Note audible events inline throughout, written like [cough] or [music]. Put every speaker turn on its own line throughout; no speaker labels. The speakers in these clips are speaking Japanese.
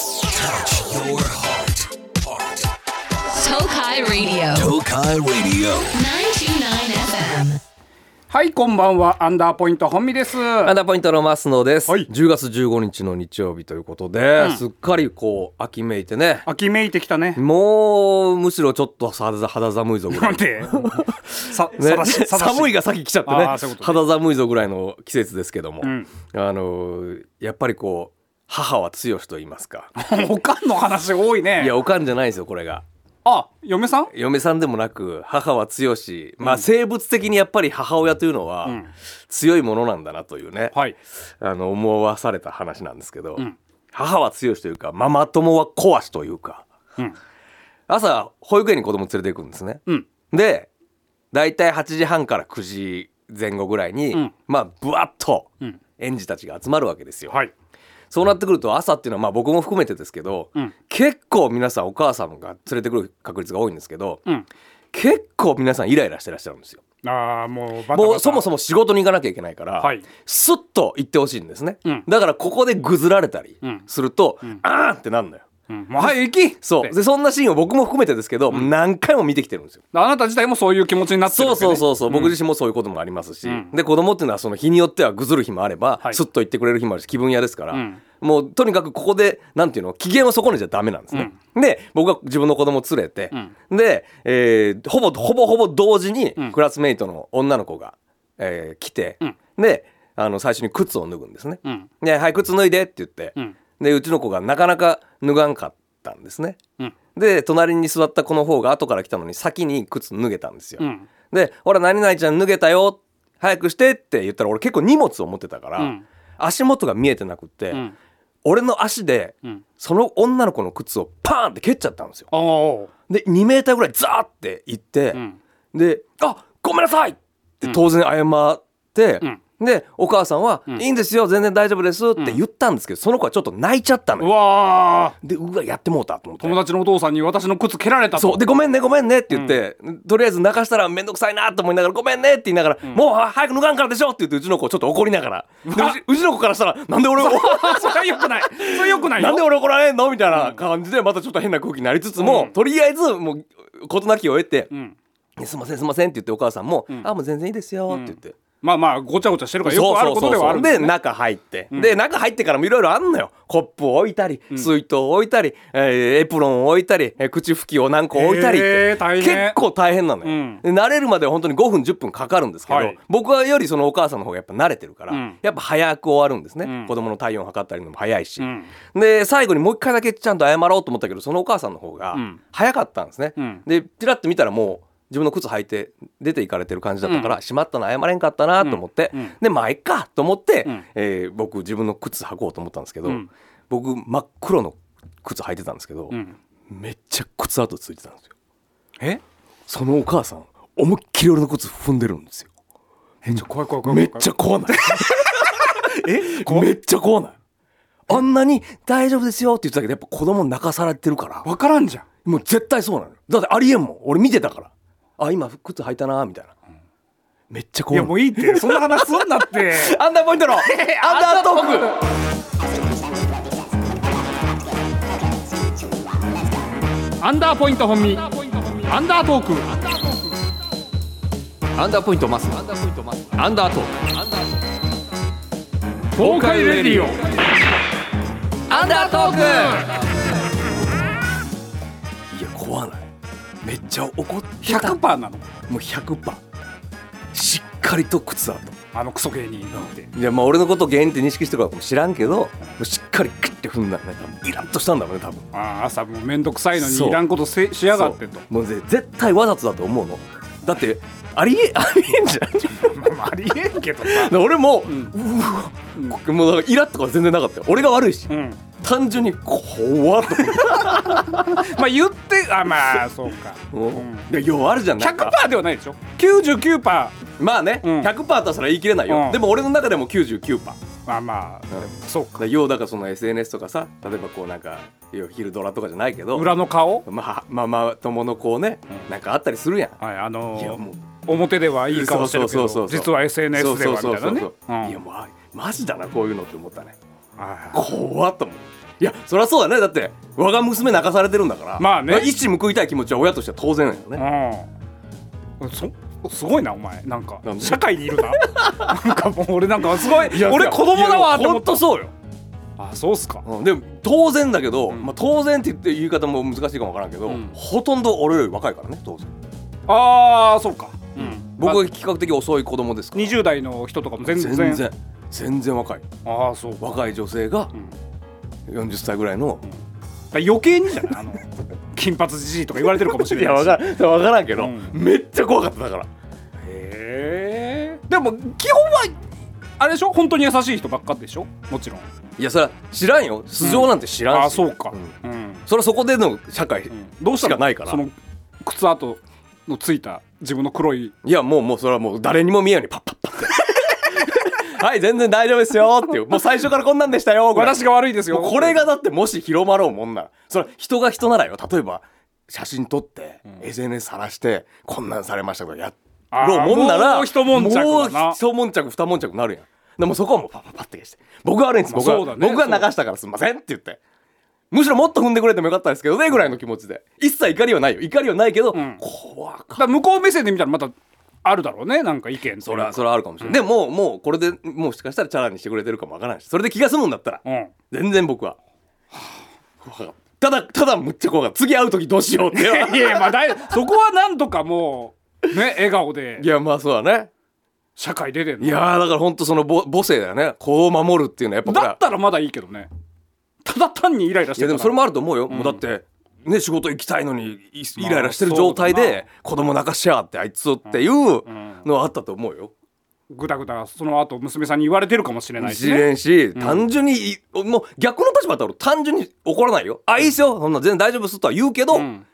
Touch your heart. Heart.
Tokai Radio.
Tokai Radio.
929 FM.
はい、こんばんは。アンダーポイント本美です。
アンダーポイントのマスノです、
はい
10月15日の日曜日ということで、すっかりこう秋めいてね
秋めいてきたね。
もうむしろちょっと肌肌寒いぞぐら
ないん、て。さ、
ね
さらし、さらし。
寒いが先来ちゃって
あ
ね
ーそういうことね
肌寒いぞぐらいの季節ですけども、
ん
あのーやっぱりこう母は強しと言いま
[laughs]
すか
おかんの話多いね。
いやおかんじゃないんですよこれが
あ、嫁さん
嫁さんでもなく母は強しまあ生物的にやっぱり母親というのは
ん
強いものなんだなというね、
はい。
あの思わされた話なんですけど、
ん
母は強しというかママ友は壊しというか
うん。
朝保育園に子供連れて行くんですね、
うん。
で大体8時半から9時前後ぐらいに、
うん
まあぶわっと
うん
園児たちが集まるわけですよ、
はい。
そうなってくると朝っていうのはまあ僕も含めてですけど、
うん
結構皆さんお母さんが連れてくる確率が多いんですけど、
うん。
結構皆さんイライラしてらっしゃるんですよ
ああ、もう、バタバタ
もうそもそも仕事に行かなきゃいけないから、
はい
スッと行ってほしいんですね、
うん
だからここでぐずられたり
うん
すると、あーってなんだよ
うんもうはい、行き
そうでそんなシーンを僕も含めてですけど、何回も見てきてるんですよ
あなた自体もそういう気持ちになってる
そ
わ
う
けね
そうそうそう、僕自身もそういうこともありますし、
うん
で子供っていうのはその日によってはぐずる日もあれば、
はい
スッと言ってくれる日もあるし気分屋ですから、
うん
もうとにかくここでなんていうの機嫌を損ねちゃダメなんですね、で僕は自分の子供連れて、で、えーほぼほぼほぼ同時に
ん
クラスメイトの女の子が、えー来て、
うん
であの最初に靴を脱ぐんですね、
うん。
で「はい靴脱いで」って言って、
うん
でうちの子がなかなか脱がんかったんですね
うん。
で隣に座った子の方が後から来たのに先に靴脱げたんですよ、
うん。
で「ほら何々ちゃん脱げたよ早くして」って言ったら俺結構荷物を持ってたから、
うん
足元が見えてなくって、
うん。
俺の足で
うん。
その女の子の靴をパーンって蹴っちゃったんですよ
ああ。
で2メーターぐらいザーって行って、
うん。
で「あごめんなさい!」って当然謝って、でお母さんは「いいんですよ全然大丈夫です」って言ったんですけどその子はちょっと泣いちゃったの
う
よ。
わー
でうわやってもうたと思って
友達のお父さんに私の靴蹴られたと。
そうでごめんねごめんねって言って、とりあえず泣かしたら面倒くさいなと思いながらごめんねって言いながら、もうは早く脱がんからでしょって言ってうちの子ちょっと怒りなが
[laughs]
らでうちうちの子からしたらなんで俺を
[laughs] それは良くない。それは良くないよ。
[laughs] なんで俺怒られんのみたいな感じでまたちょっと変な空気になりつつも、
うん
とりあえずもう事なきを得て、
うん。
いやすいませんすいませんって言ってお母さんも「あもう全然いいですよ」って言って。
まあまあ、ごちゃごちゃしてるからよ
そう
くあることではあるん
そう
す
そうそう
ね
で中入って、で中入ってからもいろいろあんのよコップを置いたり、水筒を置いたり、えーエプロンを置いたり、えー口拭きを何個置いたりって、
へー大変
結構大変なのよ、
うん
で慣れるまで本当に5分10分かかるんですけど、
はい
僕はよりそのお母さんの方がやっぱ慣れてるから、
うん
やっぱ早く終わるんですね、
うん
子供の体温測ったりのも早いし、
うん
で最後にもう一回だけちゃんと謝ろうと思ったけどそのお母さんの方が
うん
早かったんですね、
うん
でピラッと見たらもう自分の靴履いて出て行かれてる感じだったから、しまったな謝れんかったなと思って、
うんうん
でまあいっかと思って、
うん
えー僕自分の靴履こうと思ったんですけど、
うん
僕真っ黒の靴履いてたんですけど、
うん。
めっちゃ靴跡ついてたんですよ
え
そのお母さん思いっきり俺の靴踏んでるんですよ
え、ちょ、怖い怖い怖い怖い。
めっちゃ怖ない [laughs] えめっちゃ怖ないあんなに「大丈夫ですよ」って言ってたけどやっぱ子供泣かされてるから
わからんじゃん。
もう絶対そうなのよだってありえんもん俺見てたからあ今靴履いたなみたいなめっち
い
ゃ怖
や
い
もういいってそんな話すんなって
アンダーポイントの [laughs] アンダートーク
[laughs] アンダーポイント本身アンダートーク
アンダーポイントマスアンダーポイントマスアンダートー
東海レディオ
クアンダートークいや怖ないめっちゃ怒ってた
100パーなの
もう100パーしっかりと靴跡
あのクソ芸人って
いやまあ俺のことを原因って認識してるからも知らんけどもうしっかりクッて踏んだんだね多分イラッとしたんだろうね多分
ああ朝もう面倒くさいの
そ
にい
う
らんことせしやがってと
そうもうぜ絶対わざとだと思うのだってありえ [laughs] ありえんじゃ
まあまあありえんけどさ
ん俺も、うわもうなんかイラッとか全然なかったよ俺が悪いし、
うん
単純に怖っと思っ
まあ言ってあまあそうか
たうんいやようあるじゃんな
100
ん
パ
か
ーではないでしょ99パ
まあね、
うん
100%とはそれは言い切れないよ、
うん
でも俺の中でも99%パー
ーまあまあでもそうか
だようだからその SNS とかさ例えばこうなんかいや昼ドラとかじゃないけど
裏の顔
まあ、ママ友の子ね、なんかあったりするやん
はいあの
いやも
ー
う
表ではいい顔してるけ
そ
ど
うそうそうそう
実は SNS ではみたい
そうそうそうそう
なねう
いや
ん
もうあマジだなこういうのって思ったね
あー
怖っと思ういやそりゃそうだねだって我が娘泣かされてるんだから
まあね
一矢報いたい気持ちは親としては当然なんよね
うんそすごいなお前なんか
なんで
社会にいるな [laughs] なんかもう俺なんかすごい
いや
俺子供だわ
い
と
や
思っ
ほ
た
んとそうよ
あそうっすか
うんでも当然だけど、まあ、当然って言って言い方も難しいかもわからんけど、
ん
ほとんど俺より若いからね当然
ああそうか、うん
僕
ま
は
あ
比較的遅い子供ですから
20代の人とかも全然
全然全然若い
ああそうかだか
若い女性が40歳ぐらいの、
ら余計にじゃないあ
[laughs]
の金髪じじいとか言われてるかもしれないし
わらんわからんけど
うん
めっちゃ怖かっただから
へえでも基本はあれでしょ本当に優しい人ばっかでしょもちろん
いやそれは知らんよ素性なんて知らんし、
ああそうか、
ん
うん
それはそこでの社会、
どうした
し
の
かないから
その靴跡のついた自分の黒い
いやもうもうそれはもう誰にも見えようにパッパッパ [laughs] ッはい全然大丈夫ですよっていうもう最初からこんなんでしたよぐらい
私が悪いですよ
もうこれがだってもし広まろうもんならそれは人が人ならよ例えば写真撮って、SNS 晒してこんなんされましたとかやろうもんな
あー
ら
もう一悶着だな
もう一悶着二悶着なるやんでもそこはもうパッパッパッて消して僕が悪いんです
まあ
僕は、
そうだね
僕が流したからすんませんって言ってむしろもっと踏んでくれてもよかったですけどねぐらいの気持ちで一切怒りはないよ怒りはないけど、
ん
怖かった
だから向こう目線で見たらまたあるだろうねなんか意見
それはそ
れ
れはあるかもしれない、でももうこれでもしかしたらチャラにしてくれてるかもわからないしそれで気が済むんだったら、
うん
全然僕は怖かったただただむっちゃ怖かった次会う時どうしようっ
[laughs]
て
いやいやまあだいそこはなんとかもうね笑顔で
いやまあそうだね
社会出てんの
いやーだから本当その母母性だよね子を守るっていうのはやっぱこれ
だ
は
ったらまだいいけどねただ単にイライラし
い
て
や
る
でもそれもあると思うよ、もうだってね仕事行きたいのにいイライラしてる状態
まあそうだ
で子供泣かしやがってあいつをっていうのはあったと思うよ
ぐだぐだその後娘さんに言われてるかもしれないし、
一
ね、
連し、単純にいもう逆の立場だったら単純に怒らないよあいいっすよそんな全然大丈夫っすとは言うけど、
ん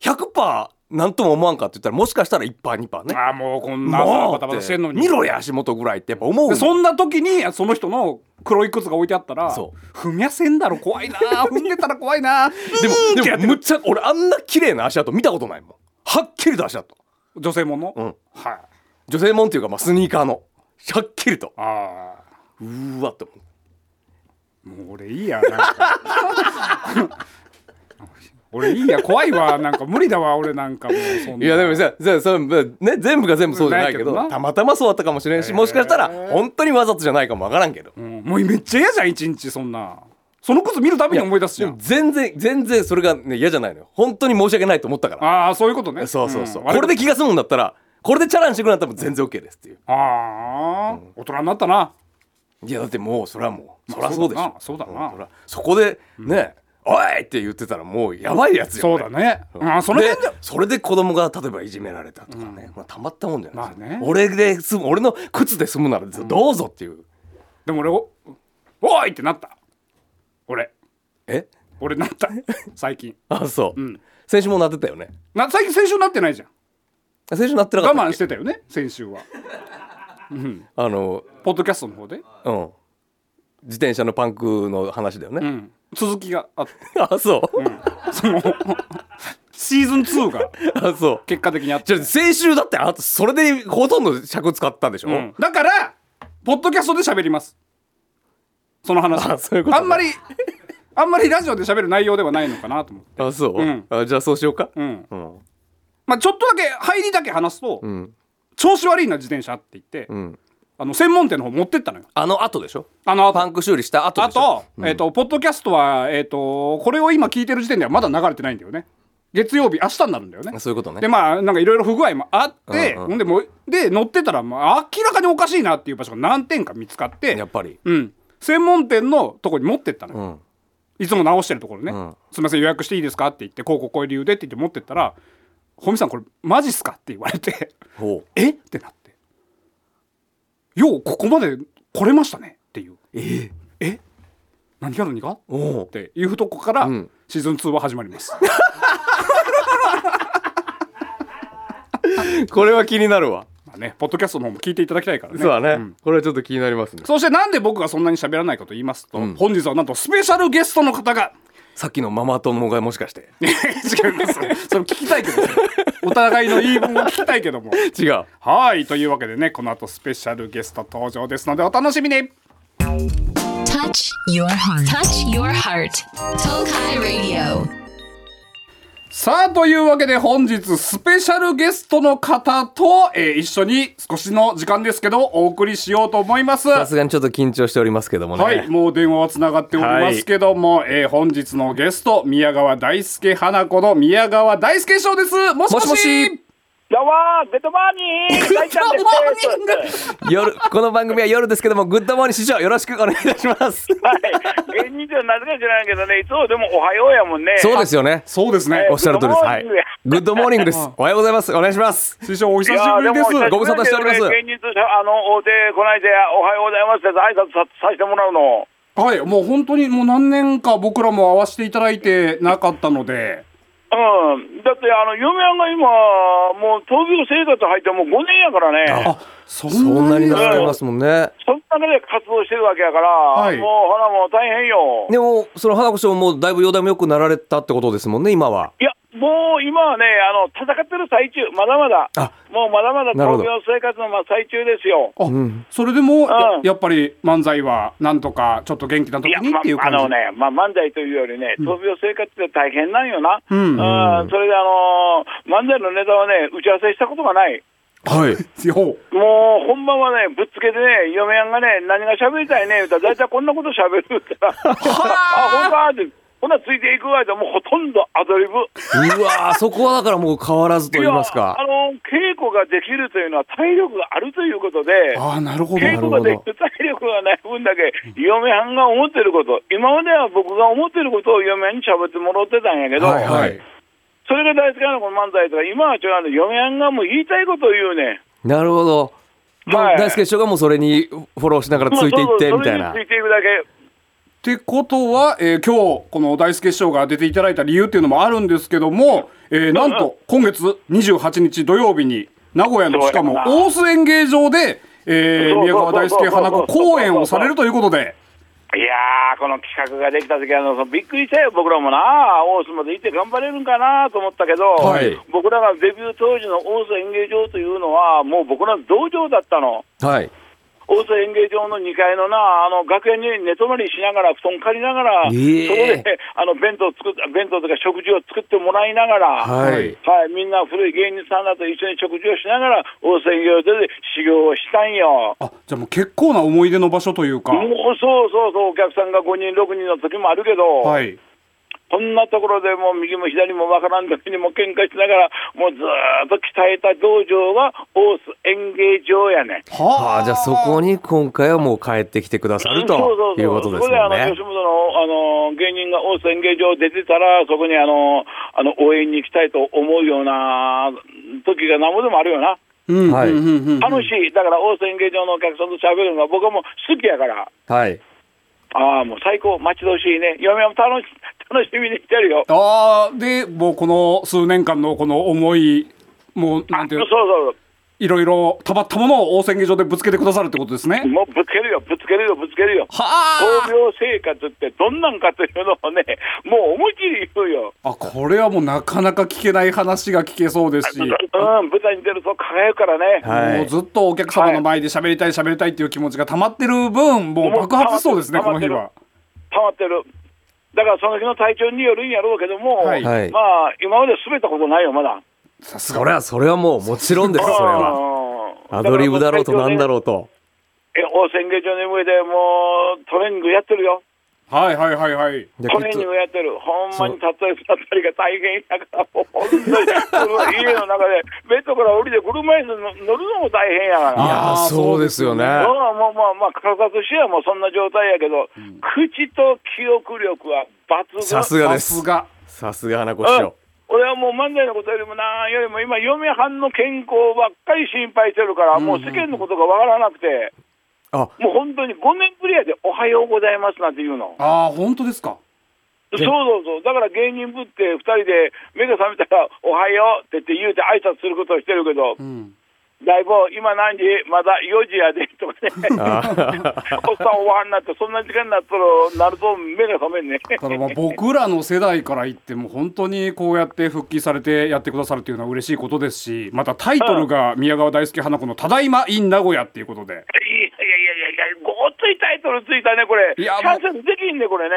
100%なんとも思わんかって言ったらもしかしたら 1%2% ね
ああもうこんな
もう
バタバタしてんの
っ
に
見ろや足元ぐらいってやっぱ思う
で
もん
そんな時にその人の黒い靴が置いてあったら
そ
踏みやせんだろ怖いな踏んでたら怖いな
でも
うんって
で
や
も
って
むっちゃ俺あんな綺麗な足跡見たことないもんはっきりと足跡
女性もの、
ん
はい
女性もんっていうかまあスニーカーのはっきりと
ああ
うーわって思う
もう俺いいやなんか俺いいや怖いわなんか無理だわ俺なんかもうそんない
やでもさささ、ね、全部が全部そうじゃないけ
な
ど
いけどな
たまたまそうだったかもしれんしもしかしたら本当にわざとじゃないかもわからんけど
うんもうめっちゃ嫌じゃん一日そんなその靴見るたびに思い出すじゃん
全然全然それがね嫌じゃないのよ本当に申し訳ないと思ったから
ああそういうことね
そうそうそう、
ん悪い
これで気が済むんだったらこれでチャランしてくれなったらもう全然 OK ですっていう
ああ、大人になったな。
いやだってもうそれはもうそりゃそうでしょ
そうだなそうだ
ん
な
そらそこでね、おいって言ってたらもうやばいやつよ、
そうだね。ああ、その
で
辺で。
それで子供が例えばいじめられたとかね、まあ、たまったもんじゃないです
ま
よ、
あね
俺で済む俺の靴で済むならどうぞっていう、
でも俺お、おいってなった。俺、
え
俺な
[laughs]
った。最近。
あそう、
ん
先週もなってたよね
な最近先週なってないじゃん。
先週なってなかった
我慢しててたよね、先週は。
あの
ポッドキャストの方で。
うん自転車のパンクの話だよね、
うん。続きがあって、
[laughs] あそう、
その、シーズン2が
あそう
結果的にあって
じゃ。あ先週だってあなたそれでほとんど尺使ったでしょ、
うんだから、ポッドキャストで喋ります。その話。
あそういうことね
あんまり、あんまりラジオで喋る内容ではないのかなと思って。
あそう、
うん
あじゃあそうしようか
うん。
うん
まあ、ちょっとだけ入りだけ話すと、
うん、
調子悪いな自転車って言って、
ん
あの専門店の方持ってったのよ
あの後でしょ
あの
パンク修理した後
あ
でしょ
と,、えっとポッドキャストは、えっとこれを今聞いてる時点ではまだ流れてないんだよね月曜日明日になるんだよね
そういうことね
でまあなんかいろいろ不具合もあって、
うんうん
ほんでもうで乗ってたら、まあ、明らかにおかしいなっていう場所が何点か見つかって
やっぱり
うん専門店のとこに持ってったのよ、
うん
いつも直してるところね、
ん
すみません予約していいですかって言ってこうこうこういう理由でって言って持ってったら「ホミさんこれマジっすか?」って言われて
ほう
えってなってようここまで来れましたねっていう
え
え何が何がっ
おう
ていうとこから、
ん
シーズン2は始まります
[laughs] これは気になるわ
まあねポッドキャストの方も聞いていただきたいからね
そうだね、
ん
これはちょっと気になりますね
そしてなんで僕がそんなに喋らないかと言いますと、
うん
本日はなんとスペシャルゲストの方が [laughs]
さっきのママ友がもしかして
違いますそれ聞きたいけ
[laughs]
どねお互いの言い分を聞きたいけども
違う
はいというわけでねこの後スペシャルゲスト登場ですのでお楽しみに
Touch your heart. Touch your heart. Tokai Radio.
さあというわけで本日スペシャルゲストの方と、えー一緒に少しの時間ですけどお送りしようと思います。
さすがにちょっと緊張しておりますけどもね。
はい、もう電話はつながっておりますけども、えー本日のゲスト宮川大輔花子の宮川大輔賞です。もしもし。
もしもし
どうもデッドバーニ
[laughs]
ング大ちゃんです。
グッドモーニング
夜、この番組は夜ですけども、グッドモーニング師匠、よろしくお願いいたします。
[laughs] はい。え、二十なぜか知らないけどね、いつもでもおはようやもんね。
そうですよね。
そうですね
え。
おっしゃる通りです。はい。グ
グ
ッドモーニングです。おはようございます。お願いします。
師匠お久し
いや
ぶり
で
で
も
す。
久
ご無沙汰しております
ぶりですよね現実あの、で、この間、おはようございますって挨拶ささせてもらうの。
はい、もう本当にもう何年か僕らも会わせていただいてなかったので、
うん。だって、あの、嫁やんが今、もう闘病生活入ってもう5年やからね。
あ、そ
そん
ん
な
な
に
に
なされますもんね。
そんな中で活動してるわけやから、
い
もう、ほら、もう大変よ。
でも、その花子師匠もだいぶ容体も良くなられたってことですもんね、今は。
いや、もう今はね、あの、戦ってる最中、まだまだ
あ、
もうまだまだ
なるほ
闘
ど
病生活の真っ最中ですよ。
あ、それでもや
うん
やっぱり漫才はなんとかちょっと元気な時
いや、
に
ま
っていう
あ
感じ。
のね、まあ、漫才というよりね、闘病生活って大変なんよな。うんんそれであのー漫才のネタはね、打ち合わせしたことがない。
はい。
よ
もう、本番はね、ぶっつけてね、嫁やんがね、何が喋りたいね、言うたら、大体こんなこと喋るって言ったら、あ、ほんかって、ほんならついていくわ、言うたらもうほとんどアドリブ。
うわーそこはだからもう変わらずと言います
やあ
か。
のー稽古ができるというのは体力があるということで、
ああ、なるほど。
稽古ができる体力がない分だけ、嫁はんが思ってること、今までは僕が思ってることを嫁はんに喋ってもらってたんやけど、
はいはい。
それが大好きなのこの漫才とか、今は違うの、嫁はんがもう言いたいことを言うねん。
なるほど。まあ
はい
大輔師匠がもうそれにフォローしながらついていって、みたい
まあそうそう
な
それにつ。いていくだけ。
ってことは、えー今日この大輔師匠が出ていただいた理由っていうのもあるんですけども、えーなんと今月28日土曜日に名古屋のしか
そ
も
うやな
大須演芸場で、
そうそうそう
えー
そう
宮川大輔花子公演をされるということで。
いやー、この企画ができた時はあのそのびっくりしたよ、僕らもな、大須まで行って頑張れるんかなと思ったけど、
はい
僕らがデビュー当時の大須演芸場というのは、もう僕らの道場だったの。
はい。
大須演芸場の2階のな、あの楽屋に寝泊まりしながら、布団借りながら、
ええ
そこで [laughs] あの弁当作っ弁当とか食事を作ってもらいながら、
はい
はいみんな古い芸人さんらと一緒に食事をしながら、大須演芸場で修行をしたんよ。
あ、じゃあもう結構な思い出の場所というか。
もうそうそうそう、お客さんが5人、6人の時もあるけど、
はい。
こんなところでもう右も左もわからん時にも喧嘩しながら、もうずーっと鍛えた道場は大須演芸場やねん。
は
ああ、じゃあそこに今回はもう帰ってきてくださる
そう
と
そうそう
いうことで
そこ
す
で
も
あ
ん
の
ね
吉。本のあの芸人が大須演芸場出てたら、そこにあのあの応援に行きたいと思うような時がなんぼでもあるよな、
うん、
はい
うんうんうん
楽しい、だから大須演芸場のお客さんと喋るのが僕はもう好きやから、
はい。
ああ、もう最高、待ち遠しいね、嫁も楽し楽しみにしてるよ。
ああ、で、もうこの数年間のこの思い、もうなんてい
そうう、そう
いろいろたまったものを大宣芸場でぶつけてくださるってことですね。
もうぶつけるよ、ぶつけるよ、ぶつけるよ。闘
は
病生活ってどんなんかというのをね、もう思いっきり言うよ。
あ。あ、これはもうなかなか聞けない話が聞けそうですし、
うん、舞台に出ると輝くからね。
はい
もうずっとお客様の前で喋りたい喋りたいっていう気持ちが溜まってる分、もう爆発しそうですね、こ
も
の
う溜まっ
日
てる
は。
溜まってる。だからその日の体調によるんやろうけども、
はい
はい
まあ、今まで滑ったことないよ、まだ。
さす
そ
が。
れは、それはもうもちろん [laughs] です、それは。
うん
アドリブだろうとなんだ
う。
ろうと。
え、大仙芸場の上でもうトレーニングやってるよ。
はいはいはいはい。
で
トレーニングやってる。ほんまに立ったり座ったりが大変やから、もう本当に、その家の中で、 [laughs] ベッドから降りて車椅子に乗るのも大変やから
い。や
あ
ー
ー
そうですよね。
そうもうまあまあ、観察しやもうそんな状態やけど、口と記憶力は抜群。
さすが
さ
ですす。
が。
さすが花子師
うん
匠。
俺はもう漫才のことよりもなんよりも今、嫁はんの健康ばっかり心配してるから、もう世間のことがわからなくて、
あ、
もう本当に5年ぶりやで、おはようございますなんて言うの。
ああ、本当ですか。
そうそうそう、だから芸人ぶって2人で目が覚めたら、おはようって言って言うて挨拶することをしてるけど、
うん。
だいぶ今何時まだ4時やでとかね [laughs] おっさんおわんになってそんな時間になったらなると目が覚めんね
た [laughs] だまあ僕らの世代から言っても本当にこうやって復帰されてやってくださるっていうのは嬉しいことですしまたタイトルが宮川大輔花子の「ただいま in 名古屋」っていうことで
いやいやいやいやいやごっついタイトルついたねこれ
いや
キャンセルできんねこれ
[laughs]
ね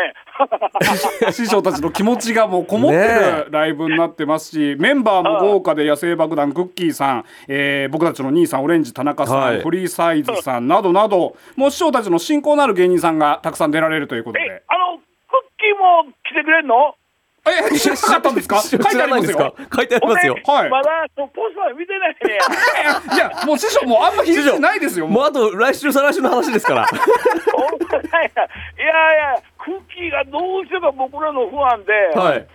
師匠たちの気持ちがもうこもって
ね
るライブになってますしメンバーも豪華で野生爆弾クッキーさん、えー僕たちの兄さんオレンジ田中さん、
はい
フリーサイズさんなどなどもう師匠たちの親交のある芸人さんがたくさん出られるということ
え
で。
あのクッキーも来てくれんの
え知らなかったんです
[laughs]
か書いてありますよ。
書いてありますよ
俺。
はい
まだそのポスター見てないね
[laughs]
いやいやもう師匠もうあんま響いてないですよ。
もうあと来週再来週の話です
[laughs]
から。
ほんまなんやいやいやクッキーがどうしてか僕らの不安で、
はい。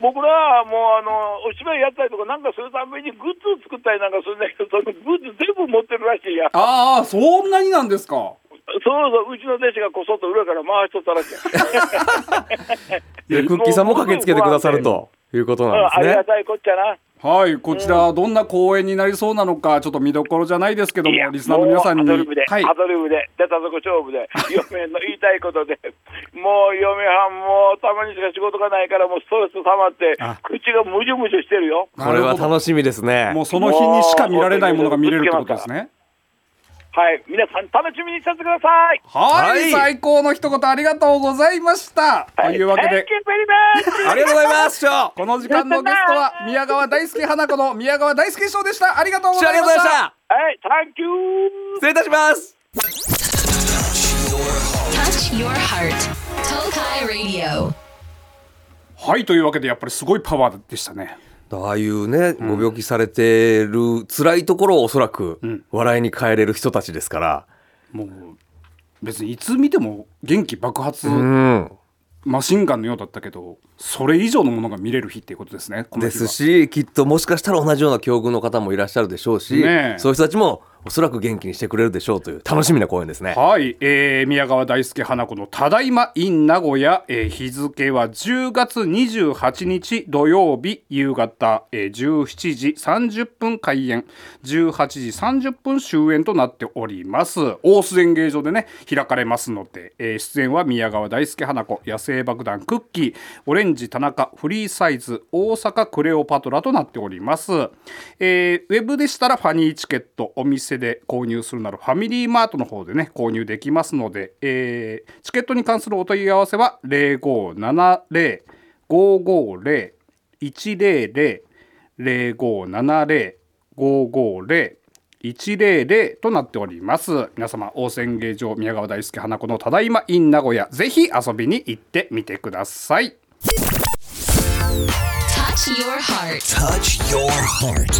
僕らはもうあのお芝居やったりとかなんかするためにグッズ作ったりなんかするんだけどそのグッズ全部持ってるらしいや
ああ、そんなになんですか。
そうそううちの弟子がこそっと裏から回しとった
[laughs]
らしい
いやクッキーさんも駆けつけてくださるということ
うん
なん
[laughs] あり
です
が
ね。
たいこっちゃな
はい、こちらどんな公演になりそうなのか、ちょっと見どころじゃないですけど
いや
も、リスナーの皆さんに。
もうアドリブで、
はい。
アドリブで出たとこ勝
[laughs]
負で嫁の言いたいことでもう嫁はんもうたまにしか仕事がないからもうストレス溜まって
あ
口がむじゅむじゅしてるよ
な
これ
るほ
は
ど
楽しみですね
も。うその日にしか見られないものが見れるってことですね。
はい皆さん楽しみにしててください
はい、
はい
最高の一言ありがとうございました。というわけ
Thank
で、
you very much
ありがとうございます。師匠
この時間のゲストは宮川大輔花子の宮川大輔師匠でした。ありがとうご
師匠あ
ざい
りが
ま
とうござ
し。
いましたた。
はい Thank you
失礼いたします。
Touch your heart. Tokai Radio.
はい、というわけで、やっぱりすごいパワーでしたね。
ああいうね、ご病気されてる辛いところをおそらく笑いに変えれる人たちですから。
もう。別にいつ見ても元気爆発、
うん。
マシンガンのようだったけどそれ以上のものが見れる日っていうことですねこの日
で
は
すし、きっともしかしたら同じような境遇の方もいらっしゃるでしょうし、
ねえ
そういう人たちもおそらく元気にしてくれるでしょうという楽しみな公演ですね。
はい、えー宮川大輔花子の「ただいま in 名古屋」えー日付は10月28日土曜日夕方、えー17時30分開演18時30分終演となっております大須演芸場でね開かれますので、えー出演は宮川大輔花子野生爆弾クッキーオレンジ田中フリーサイズ大阪クレオパトラとなっております、えーウェブでしたらファニーチケットお店で購入するならファミリーマートの方でね購入できますので、えーチケットに関するお問い合わせは0570 550 100 0570 550 100となっております皆様大仙芸場宮川大輔花子のただいま in 名古屋ぜひ遊びに行ってみてください
Touch your heart.
Touch your heart.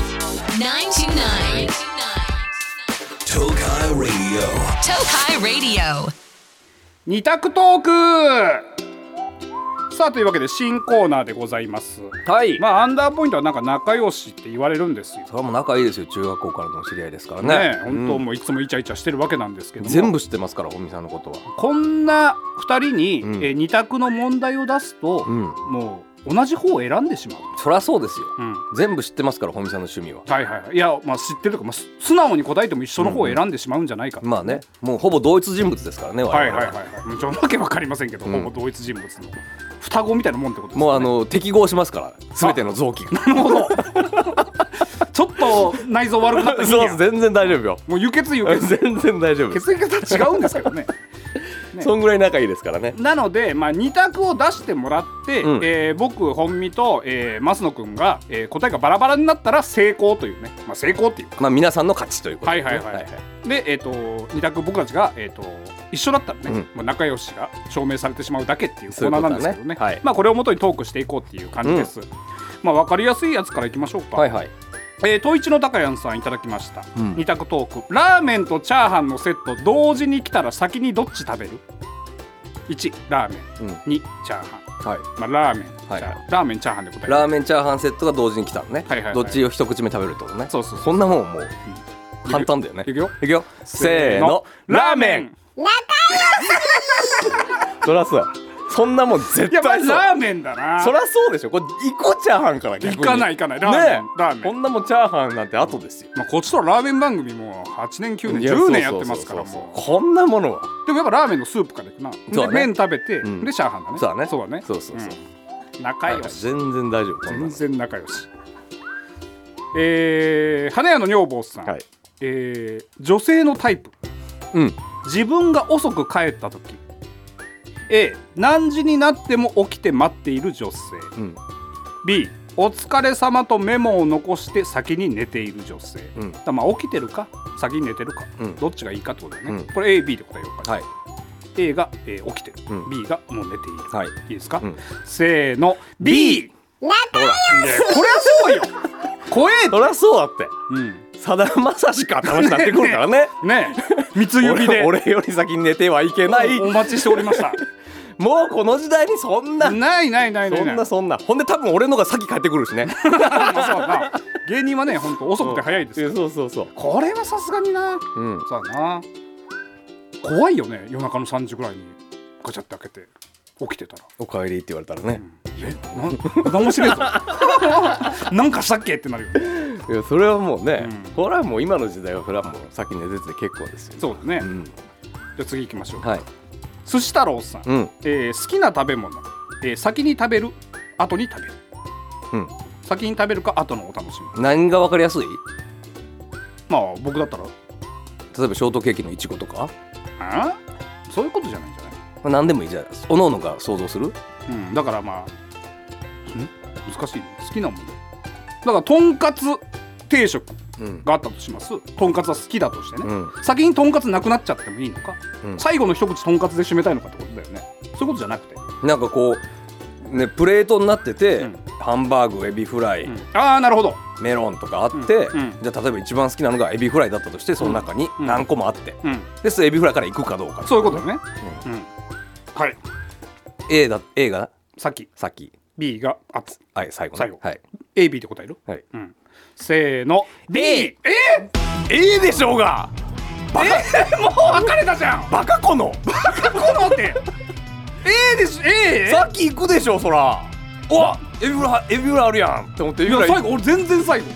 929.
Tokai Radio.
Tokai Radio.
二択トークさあというわけで新コーナーでございます
はい
まあアンダーポイントはなんか仲良しって言われるんですよ
それはもう仲いいですよ。中学校からのお知り合いですからね。
ね本当もういつもイチャイチャしてるわけなんですけども
全部知ってますから、本見さんのことは。
こんな二人に、
うん
えー二択の問題を出すと、
うん
もう同じ方を選んでしまう、
そりゃそうですよ。
うん、
全部知ってますから、本見さんの趣味は。
はいはいはいいやまあ知ってるとか、まあ、す素直に答えても一緒の方を選んでしまうんじゃないかと、
まあね、もうほぼ同一人物ですからね、我々
はいはいはいはいちょっとわけわかりませんけど、
う
ほ
ん
ぼ同一人物の双子みたいなもんってことですね
もうあの適合しますから、すべての臓器が。
[laughs] ちょっと内臓悪くなった日に
そ
は
う、全然大丈
[laughs]
夫よ。
もう輸血輸血
[laughs] 全然大丈夫です。
血液型違うんですけど
[laughs]
ねね
そんぐらい仲いいですからね。
なので、まあ、2択を出してもらって、
うん
えー僕本美と、えー、増野くんが、えー答えがバラバラになったら成功というね、まあ、成功っていうか
まあ、皆さんの勝ちということ
は
で
い
す
はい
ね。
はい、はいでえっ、と2択僕たちが、えっと一緒だったらね、
うん
まあ、仲良しが証明されてしまうだけっていうコ
そうい
ー
う
ナ
こ
ー
と
な
だ
んです
ね
けどね
はい
まあ、これをもとにトークしていこうっていう感じです、まあ、分かりやすいやつからいきましょうか、
はいはい。
えー、統一の高谷さんいただきました、
うん
二択トークラーメンとチャーハンのセット同時に来たら先にどっち食べる1ラーメン、
うん
2チャーハ
はい。
ン、まあ、ラーメン、
はい
チャーハンラーメンチャーハンで答える
ラーメンチャーハンセットが同時に来たのね、
はいはいはい
どっちを一口目食べるってことね
そうそうそう
こんなもんもう簡単だよね
いくよ
いくよせーのラーメンそらそうやそんなもん絶
いやっぱ
対
り
そう
ラーメンだな
そりゃそうでしょこれ行こうチャーハンから逆に
行かない行かないラーメン
ねえ
ラーメン
こんなもんチャーハンなんて後ですよ
まあ、こっちとラーメン番組も8年9
い
年
や
10年やってますから
そうそうそう
も
そうこんなものは
うでもやっぱラーメンのスープからいくな、
そうだ
で
ね
麺食べて、
うん
でチャーハンだね
そうだね
そうだね
そうそうそう
うん仲良し
全然大丈夫こん
全
なの
然仲良しえー、花屋の女房さん、
はい
えー女性のタイプ
うん
自分が遅く帰った時 A 何時になっても起きて待っている女性
うん
B お疲れ様とメモを残して先に寝ている女性、
うん
だからまあ起きてるか先に寝てるか、
うん
どっちがいいかってことだよね、
うん
これ AB で答えようか、
はい
A が、えー起きてる、
うん
B がもう寝ている、
はい
いいですか、
うん
せーの B!
ほら
ねえこれはそうよ怖えって
そりゃそうだって
うん
さだまさしかって話になってくるからね
[laughs] ねえ三つ指で
俺俺より先に寝てはいけない
おお待ちしておりま
[laughs]
した
もうこの時代にそんな
ないないないない
そん
な
ないそんなほんで多分俺のが先帰ってくるしね
まあそうだな芸人はね本当遅くて早いです
うんそうそうそう
これはさすがにな
うん
そうだな怖いよね夜中の3時ぐらいにガチャって開けて起きてたら
おかえりって言われたらね
えな何も
[laughs]
しねえぞなんかしたっけってなるよね
いやそれはもうね
うん
これはもう今の時代はそれはもう先寝てて結構ですよ
そうだね、
う
じ
ん
ゃあ次行きましょう、
はい
寿司太郎さん、
うん
えー好きな食べ物、えー先に食べる後に食べる、
うん
先に食べるか後のお楽しみ
何がわかりやすい
まあ僕だったら
例えばショートケーキのいちごとか
あそういうことじゃないんじゃない
まあ何でもいいじゃないですおのおのが想像する
うん、だからまあん難しいね好きなものだからとんかつ定食
うん
があったとしますとんかつは好きだとしてね、
うん
先にとんかつなくなっちゃってもいいのか、
うん
最後の一口とんかつで締めたいのかってことだよねそういうことじゃなくて、
なんかこうねプレートになってて
うん
ハンバーグエビフライ
ああなるほど
メロンとかあって
うんうん
じゃあ例えば一番好きなのがエビフライだったとしてその中に
うん
何個もあって
うん
ですエビフライから行くかどうか
そういうことだねうん、はい
A だ A が
さっき
先
B があつ
はい最後ね
最後
はい
AB って答える、
はい
うん、せーの B え
A でしょうがバカ
もう別れたじゃん
[laughs] バカこの
このって A です A
さっき行くでしょそらうわエビフライエビフライあるやんって思ってエ
い
ビフ
や
ライ
最後俺全然最後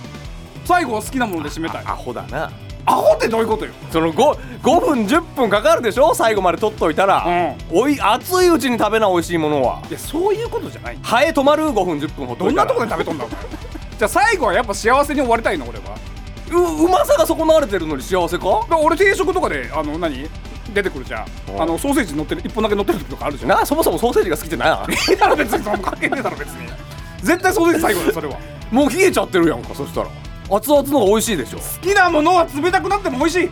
最後は好きなもので締めたい
アホだな
アホってどういうことよ
その 5, 5分10分かかるでしょ最後まで取っといたら、おい熱いうちに食べな美味しいものはい
やそういうことじゃない
ハエ止まる5分10分ほっと
ど
い
ん
た
な
ら
とこで食べとんだお前 [laughs] じゃあ最後はやっぱ幸せに終わりたいの俺は
ううまさが損なわれてるのに幸せか
だから俺定食とかであの何出てくるじゃ
うん
んあのソーセージ乗ってる1本だけ乗ってる時とかあるじゃん
なあそもそもソーセージが好きじゃないやん
いいだろ別にその関係ねえだろ別に絶対ソーセージ最後だよそれは
もう冷えちゃってるやんかそしたら熱々の方が美味しいでしょ
好きなものは冷たくなっても美味しい
い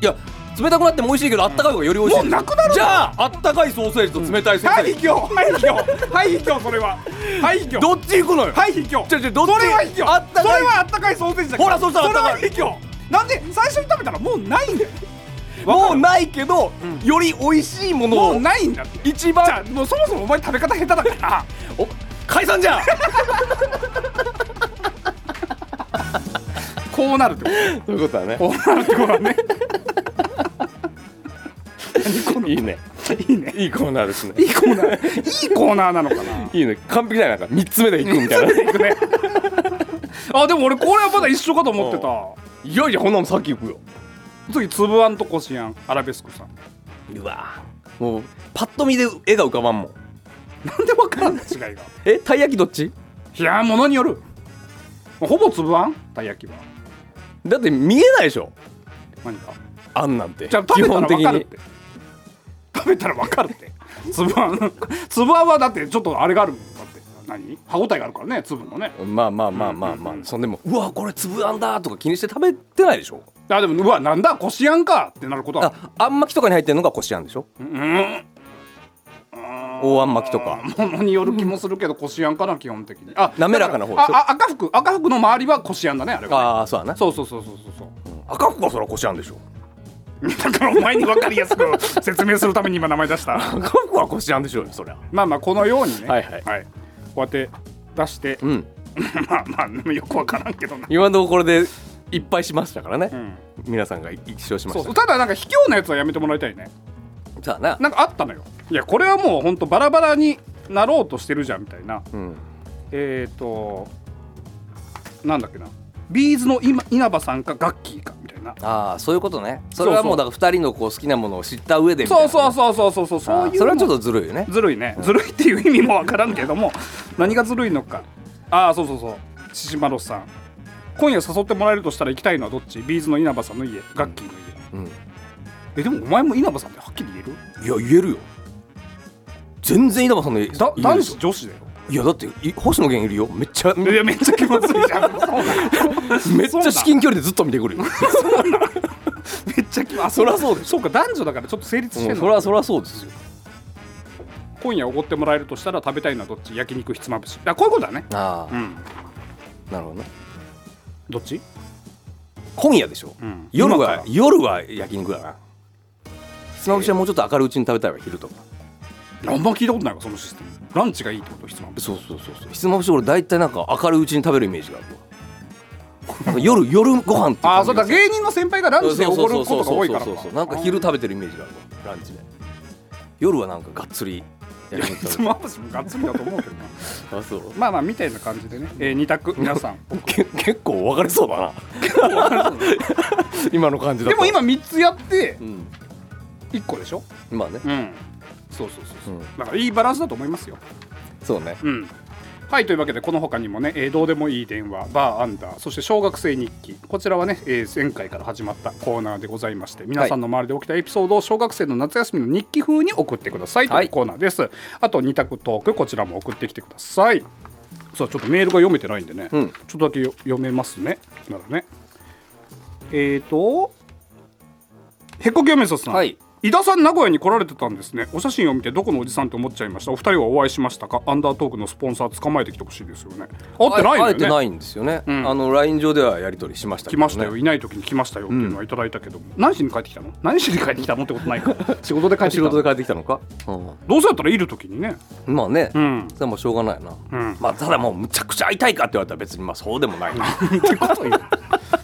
や冷たくなっても美味しいけどあったかい方がより美味しいでしょ
もうなくなるの
じゃああったかいソーセージと冷たいソーセ
は
ー
い
ジ、
卑怯はい卑怯はい卑怯それははい卑怯
どっち行くのよ
はい卑怯
ちょちょどっち
それは卑怯
あったかい
それはあったかいソーセージだけど
ほらそしたらあったかい
それは卑怯なんで最初に食べたらもうないんだよ
もうないけど、より美味しいもの
もう
を
ないんだって
一
じゃあ
番
もうそもそもお前食べ方下手だから
お解散じゃん
こうなるってこと
そういうことだね
こうなるってことだね
いいね
いいね
いいコーナーですね
いいコーナーいいコーナーなのかない
いね完璧だよなんか3つ目でいくみたいな
いくねあでも俺これはまだ一緒かと思ってた
いやいやこんなの先行くよ
次つぶあんとこしあんアラベスコさん
うわもうパッと見で絵が浮かばんもん
なんでわからんの違いが
えたい焼きどっち
いやーものによるほぼつぶあんたい焼きは
だって見えないでしょ
何か
あんなんて
じゃあ食べたら
基
分か
本
るっ
的
て食べたら分かるってつぶあん [laughs] つぶあんはだってちょっとあれがあるもんだって何歯応えがあるからね粒のね
にまあまあまあまあまあ、
うんうんうん
そんでもうわこれ粒あんだとか気にして食べてないでしょ
あでもうわなんだこしあんかってなることは
ああん巻きとかに入ってるのがこしあんでしょ
うん
大あん巻きとか
[laughs] ものによる気もするけどこしあんかな基本的にあ
滑らかな方
だらああ赤服赤服の周りはこしあんだねあれはね
ああそうやな
そうそうそうそうそう [laughs] そう
赤服はそらこしあんでしょ
だからお前に分かりやすく説明するために今名前出
[laughs]
した
赤服はこしあんでしょうよそりゃ
まあまあこのようにね
はいはい
こうやって出して、 [laughs]
うん
まあまあよく分からんけどな、
今のところこれでいっぱいしましたからね、
うん、
皆さんが一生しま
そう
した
そうただなんか卑怯なやつはやめてもらいたいね
そうやな
なんかあったのよいやこれはもう本当バラバラになろうとしてるじゃんみたいな
うん
えっ、ー、となんだっけなビーズの今稲葉さんかガッキーかみたいな
ああそういうことねそれはもうだから二人のこう好きなものを知った上でみたい
そ
な
うそうそうそうそうそうそ
あ
うい
ー
う
それはちょっ
と
とずるいよね
ずるいねずるいっていう意味もわからんけども何がずるいのかああそうそうそうシシマロスさん今夜誘ってもらえるとしたら行きたいのはどっちビーズの稲葉さんの家ガッキーの家
うん
えでもお前も稲葉さんってはっきり言える
いや言えるよ全然稲葉さんの家
だ
いる
男
でしょ
子女子だよ
いやだってい星野源いるよめっちゃ
いやめっちゃ気まずいじゃ
[laughs]
ん
めっちゃ至近距離でずっと見て [laughs] くるよ
めっちゃ気まずい
そりゃそうで
そうか男女だからちょっと成立して
うん
の
んそれはそれはそうですよ
今夜おごってもらえるとしたら食べたいのはどっち焼肉ひつまぶしあこういうことだね
ああ、
うん
なるほどね
どっち
今夜でしょ、
うん
夜
今から
は夜は焼肉だなひつまぶしはもうちょっと明るいうちに食べたいわ昼とか
あんま聞いたことないわそのシステムランチがいいってことひつまぶし
そうそうそうそうひつまぶし俺大体なんか明るいうちに食べるイメージがあるわなんか
[laughs]
夜夜ご飯っていう感じが
ああそうだ芸人の先輩がラン
そう
チで
そう
お
そ
ご
うそ
る
う
ことが多いから
そうそうそうなんか昼食べてるイメージがあるわランチで夜はなんかがっつり焼
ひ
肉
つ
食べ
まぶしもガッツリだと思うけどな
るあそう
まあまあみたいな感じでね、えー、2択皆さん
け結構分かれそうだな今の感じだ
で
と
も今3つやって
うん
1個でしょ
まあね
うんそうそうそうそう、
うん
だからいいバランスだと思いますよ
そうね
うんはいというわけでこの他にもね、えーどうでもいい電話バーアンダーそして小学生日記こちらはね、えー前回から始まったコーナーでございまして皆さんの周りで起きたエピソードを小学生の夏休みの日記風に送ってくださいと
はいいう
コーナーです、あと二択トークこちらも送ってきてくださいさあちょっとメールが読めてないんでね、
うん
ちょっとだけよ読めますねならねえーとへっこきおめささん、
はい
井田さん名古屋に来られてたんですねお写真を見てどこのおじさんと思っちゃいましたお二人はお会いしましたかアンダートークのスポンサー捕まえてきてほしいですよね会ってない
あえ
んだ
て
よね
ないんですよね、
ん
あの LINE 上ではやり取りしました
来
けど、ね、
ましたよいない時に来ましたよっていうのはいただいたけども、何時に帰ってきたの何時に帰ってきたのってことないから [laughs] 仕事で帰ってき
仕
たの
事で帰ってきたのか、
どうせだったらいる時にね
うん、まあね、
うん
それはもうしょうがないな、
ん
まあただもうむちゃくちゃ会いたいかって言われたら別にまあそうでもないな
なんてこと言う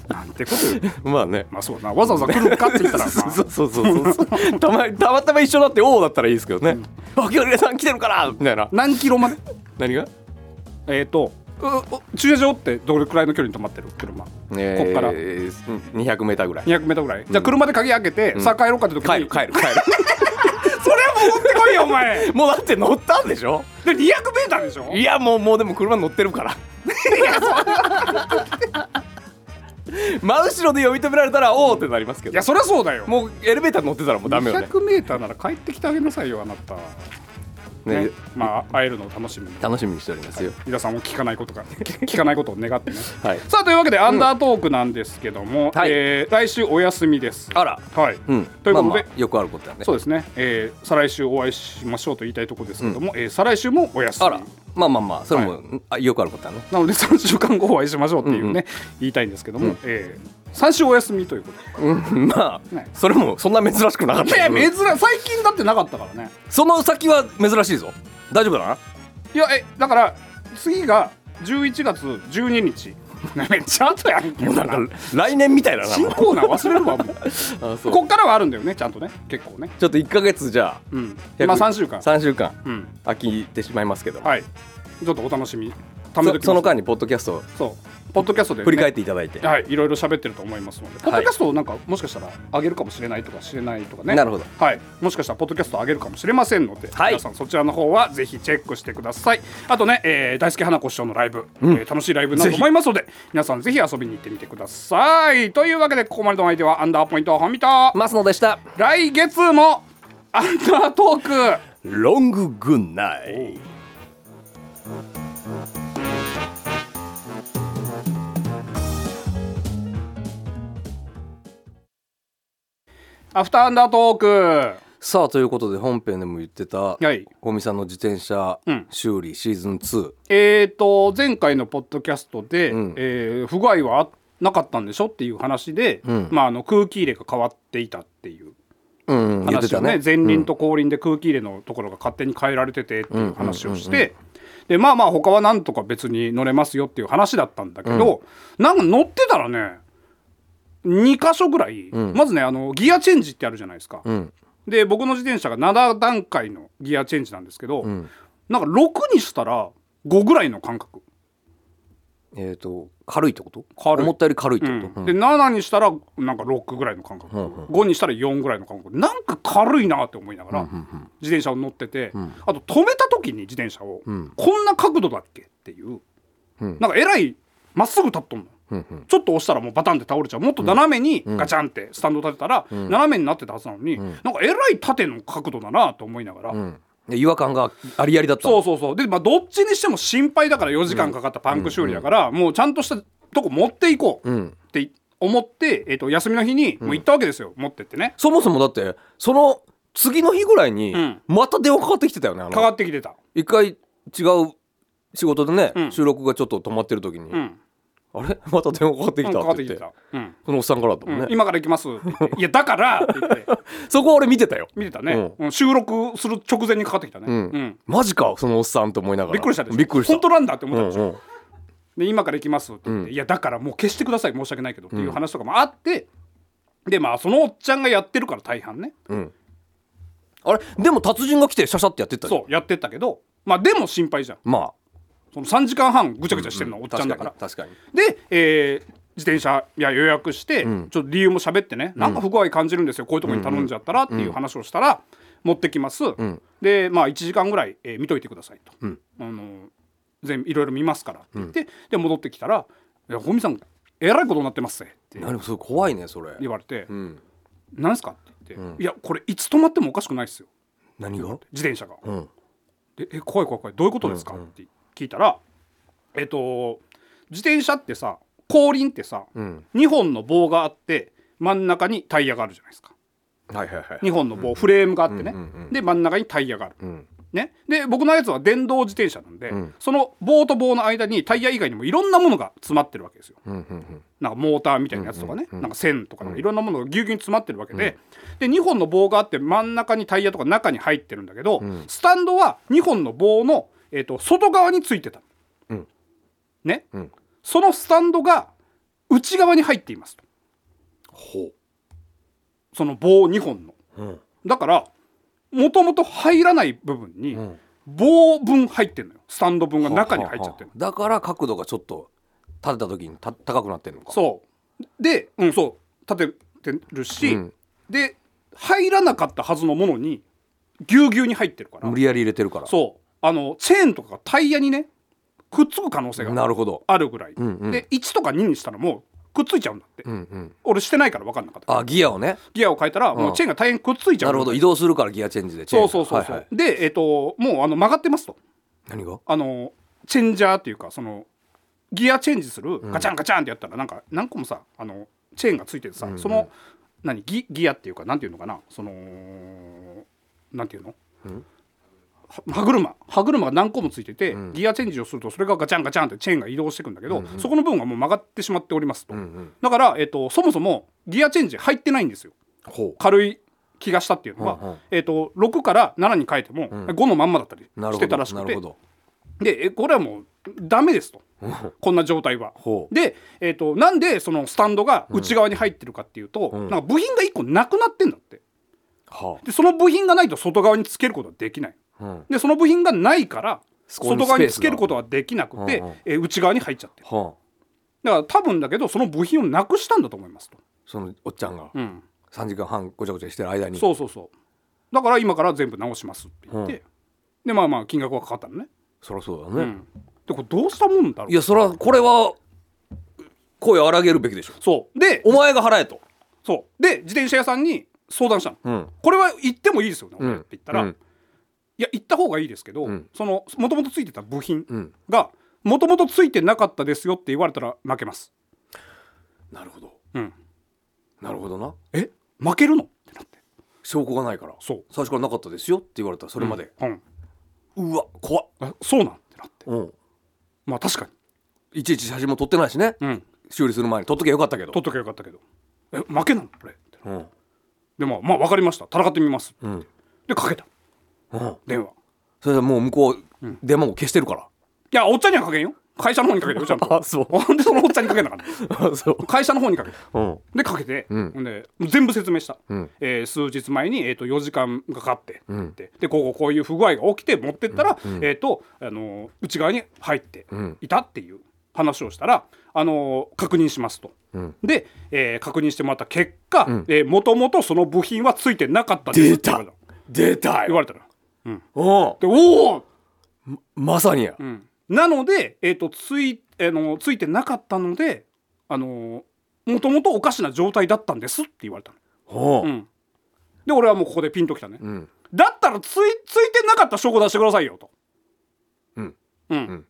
なんてこと言う
[laughs] まあね
まあそうだなわざわざ来るかって言った [laughs] ら、まあ
そうそうそうそうたまたまたま一緒だって王だったらいいですけどね「あ今日さん来てるから」みたいな
何キロまで
何が
えっ、とうお駐車場ってどれくらいの距離に止まってる車、
え
こっから
ー、200メーターぐらい
200m ぐらい、じゃあ車で鍵開けて、さあ帰ろうかって時に
帰る帰る
[laughs]
帰る
それは戻ってこいよお前
もうだって乗ったんでしょ
で 200m でしょ
いやもうもうでも車乗ってるから真後ろで呼び止められたらおおってなりますけ
い
ど
やそりゃそうだよ
もうエレベーター乗ってたらもうダメよね
200m なら帰ってきてあげなさいよあなた、ね
ね
まあ会えるのを楽しみに
楽しみにしておりますよ
井田さんも聞か [laughs] ないことが聞かないことを願ってね
[laughs] はい
さあというわけでアンダートークなんですけども、
はい
えー来週お休みです
あら
はい、
うん
ということで、
まあまあよくあることだね
そうですね、えー再来週お会いしましょうと言いたいところですけども、えー再来週もお休み
あらまあまあまあそれも、あよくあることだね [laughs]
なので3週間後お会いしましょうっていうね、
うんう
言いたいんですけども、え3週お休みということで
うんまあ、
ね
それもそんな珍しくなかっ
い
た
やいや
け
珍
ど
最近だってなかったからね
その先は珍しいぞ大丈夫だない
やえだから次が11月12日めっちゃ後やんけ
もうなんか来年みたいだな
新コーナー忘れるわもう
あ [laughs] そう
こっからはあるんだよねちゃんとね結構ね
ちょっと1か月じゃあ、
うんまあ3週間
3週間、
うん
飽きてしまいますけど、
はいちょっとお楽しみ貯めときま
そ
す
その間にポッドキャストを
そうポッドキャストで、ね、
振り返っていただいて、
はいいろいろ喋ってると思いますのでポッドキャストをなんかもしかしたら上げるかもしれないとか知れないとかね
なるほど
はいもしかしたらポッドキャストを上げるかもしれませんので、
はい
皆さんそちらの方はぜひチェックしてくださいあとね、えー大好き花子師匠のライブ、えー楽しいライブになると思いますので皆さんぜひ遊びに行ってみてくださいというわけでここまでのお相手はアンダーポイント本見と、
ますのでした
来月もアンダートーク
ロンググンナイ
アフターアンダートーク
さあということで本編でも言ってた
はい
五味さんの自転車
うん
修理シーズン2、
えー、と前回のポッドキャストで、
うん
えー不具合はなかったんでしょっていう話で、
うん
まあ、あの空気入れが変わっていたっていう
うんうん言って
話を
た
ね
ね
前輪と後輪で空気入れのところが勝手に変えられててっていう話をしてでまあまあ他はなんとか別に乗れますよっていう話だったんだけど、なんか乗ってたらね2箇所ぐらい、まずねあのギアチェンジってあるじゃないですか、
うん
で僕の自転車が7段階のギアチェンジなんですけど、なんか6にしたら5ぐらいの感覚、
えっ、と軽いってこと
軽い
思ったより軽いって
うん
こと、うん
で7にしたらなんか6ぐらいの感覚、5にしたら4ぐらいの感覚なんか軽いなって思いながら自転車を乗ってて、あと止めた時に自転車を、こんな角度だっけっていう、
うん
なんかえらいまっすぐ立っとんの。
うんうん
ちょっと押したらもうバタンって倒れちゃうもっと斜めにガチャンってスタンド立てたら斜めになってたはずなのに、なんかえらい縦の角度だなと思いながら、
うんで違和感がありありだった
そう
う
そうそうで、まあ、どっちにしても心配だから4時間かかったパンク修理だから、もうちゃんとしたとこ持っていこう
うん
って思って、えっと休みの日にもう行ったわけですよ、持ってってね
そもそもだってその次の日ぐらいに
うん
また電話かかってきてたよねあ
かか
の
ってきてた、
一回違う仕事でね、
うん
収録がちょっと止まってる時に、
うん、
あれまた電話かかって
う
き
ん
た
かかっ
って言
て
っ
き
て,、
てた、うん
そのおっさんからだった
う
もん
ん
ね、
今から行きますって言
[laughs]
って「いやだから」って言って
そこは俺見てたよ
見てたね、
う
うん収録する直前にかかってきたね、
うん
うん
マジかそのおっさんと思いながら
びっくりしたでしょ
びっくりした
本当なんだって思ったでしょ、
うんうん
で今から行きますって言って、
うん
いやだからもう消してください申し訳ないけどっていう話とかもあって、でまあそのおっちゃんがやってるから大半ね
うん、あれでも達人が来てシャシャってやってったよ
そうやってたけどまあでも心配じゃん
ま
その3時間半ぐちゃぐちゃしてるの、お
あ
っちゃんだから
確かに
で、えー自転車いや予約して、
ん
ちょっと理由も喋ってね、なんか不具合感じるんですよこういうとこに頼んじゃったらっていう話をしたら、持ってきます、
ん
でまあ1時間ぐらい、えー見といてくださいと、
ん
あの全部いろいろ見ますからって言って、で戻ってきたら「いや本見さんえらいことになってますぜ」って
何もそれ怖いねそれ
言われて。
うん
なんすか?」って言って「いやこれいつ止まってもおかしくないですよ
何が
自転車が」
うん
でえ怖い怖い怖いどういうことですか?」って聞いたらえっと自転車ってさ後輪ってさ、
うん
2本の棒があって真ん中にタイヤがあるじゃないですか
はいはいはい
2本の棒、フレームがあってね、
うんうんうん
で真ん中にタイヤがある、
ん
ね、で僕のやつは電動自転車なんで、
ん
その棒と棒の間にタイヤ以外にもいろんなものが詰まってるわけですよ
うんうん
なんかモーターみたいなやつとかね、なんか線とかなんかいろんなものがぎゅうぎゅうに詰まってるわけで、で2本の棒があって真ん中にタイヤとか中に入ってるんだけど、スタンドは2本の棒の、えー、と外側についてた、
うん
ね、
うん
そのスタンドが内側に入っていますと
ほ
その棒2本の
ううん
だからもともと入らない部分に
ん
棒分入ってるのよスタンド分が中に入っちゃってるの
はあはあだから角度がちょっと立てた時にた高くなってるのか
そうで、うん、そう立ててるし、
うん
で入らなかったはずのものにぎゅうぎゅうに入ってるから
無理やり入れてるから
そうあのチェーンとかがタイヤにねくっつく可能性
な
が
るほど
あるぐらい、
んうん
で1とか2にしたらもうくっついちゃうんだって、
うんうん
俺してないから分かんなかった
あギアをね
ギアを変えたらもうチェーンが大変くっついちゃ
な
う
る
んだ
ほ
って
ど移動するからギアチェンジでチェー
そ
ン
うそうそうそう、
はいはい
でえっ、ともうあの曲がってますと
何が
あのチェンジャーっていうかそのギアチェンジするガチャンガチャンってやったらなんか何個もさあのチェーンがついててさ、その何ギギアっていうかなんていうのかなそのなんていうの、は歯車歯車が何個もついてて、ギアチェンジをするとそれがガチャンガチャンってチェーンが移動していくんだけど、そこの部分はもう曲がってしまっておりますと、
うん
だから、えっとそもそもギアチェンジ入ってないんですよ
ほ
軽い気がしたっていうのは、
うんうん
えっと6から7に変えても、5のまんまだったり
うな
し
るほ
て
ど
たらし
な
く
る
て
ほ。ど
でえこれはもうダメですとこんな状態は
ほ。う
で、えー、となんでそのスタンドが内側に入ってるかっていうと、なんか部品が1個なくなってんだって
は
でその部品がないと外側につけることはできない
あうん
でその部品がないから
こに
外側につけることはできなくて、
スペースがうんうん
えー内側に入っちゃってる
はあ
だから多分だけどその部品をなくしたんだと思いますと、
そのおっちゃんが
うん、
3時間半ごちゃごちゃしてる間に
そうそうそうだから今から全部直しますって言って、
うん
でまあまあ金額はかかったのね、
そりゃそう
う
だね
ん、でこれどうしたもんだろう
いやそりゃこれは声を荒げるべきでしょ
そうで
お前が払えと
そうで自転車屋さんに相談したの、
うん
これは行ってもいいですよね、
う
俺っ
ん
て言ったら、
うん
いや行った方がいいですけど、
ん
そのもともとついてた部品
うん
がもともとついてなかったですよって言われたら負けます
なるほど
うん
なるほどな
え負けるのってなって
証拠がないから
そう
最初からなかったですよって言われたらそれまで、
うん
うわ怖っ、
あそうなんってなって
うん、
まあ確かに
いちいち写真も撮ってないしね、
うん
修理する前に撮っときゃよかったけど
取っときゃよかったけどえ負けなのこれって
うん
でまあまあ分かりました戦ってみますって、
ん
でかけた
うん、
電話
それはもう向こう、電話も消してるから
いやおっちゃんにはかけんよ会社の方にかけてよちゃんと
[laughs] あそう
ほんでそのおっちゃんにかけなかった
[laughs]
[laughs]
あそう
会社の方にかけて
うん
でかけて、
ん
ほんで全部説明した、
ん
えー数日前に、えー、と4時間かかって、
ん
ででこうこうこういう不具合が起きて持ってったら、えーとあのー内側に入って
ん
いたっていう話をしたら、あのー確認しますと。
ん
で、えー確認してもらった結果
ん
もともとその部品はついてなかったですって言われた
出た
言われたの
うん
でおお、
まさにや
うんなので、えー、とついあのーついてなかったのでもともとおかしな状態だったんですって言われたの。
う
うんん、で俺はもうここでピンときたね、
うん
だったらついついてなかった証拠出してくださいよと
うん
うん、
ん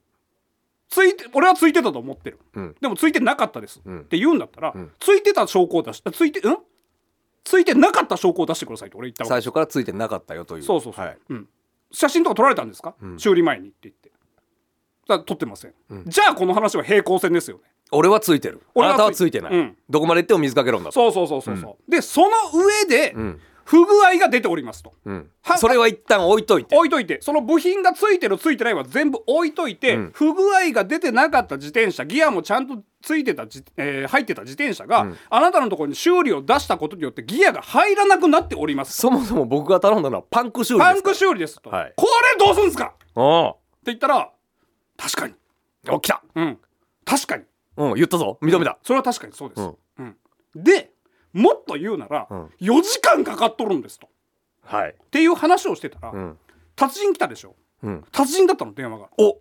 ついて俺はついてたと思ってる、
うん
でもついてなかったです、
うん
って言うんだったら、
ん
ついてた証拠を出しついてうんついてなかった証拠を出してくださいって俺言ったわ
最初からついてなかったよという
そうそうそう、
はい
うん、写真とか撮られたんですか、
ん
修理前にって言ってだ撮ってません、じゃあこの話は平行線ですよね
俺はついてるあ
俺
な
は
たはついてな
う
い
ん
どこまで行っても水かけろんだと
そうそうそうそうそう、でその上で
ん
不具合が出ておりますと、
うん
は
それは一旦置いといて
置いといてその部品がついてるついてないは全部置いといて、
うん
不具合が出てなかった自転車ギアもちゃんとついてたじ、えー入ってた自転車が、
うん
あなたのところに修理を出したことによってギアが入らなくなっております
そもそも僕が頼んだのはパンク修理
パ
で
ン
すか
ク修理ですと、
はい
これどうすんすかって
ら
言ったら確かに、
うんお来た
うん、確かに
うん言ったぞ認めた
それは確かにそうです、
うん
うんでもっと言うなら、
うん
4時間かかっとるんですとっ
はい
ていう話をしてたら、
うん
達人来たでしょ
うん
達人だったの電話が
お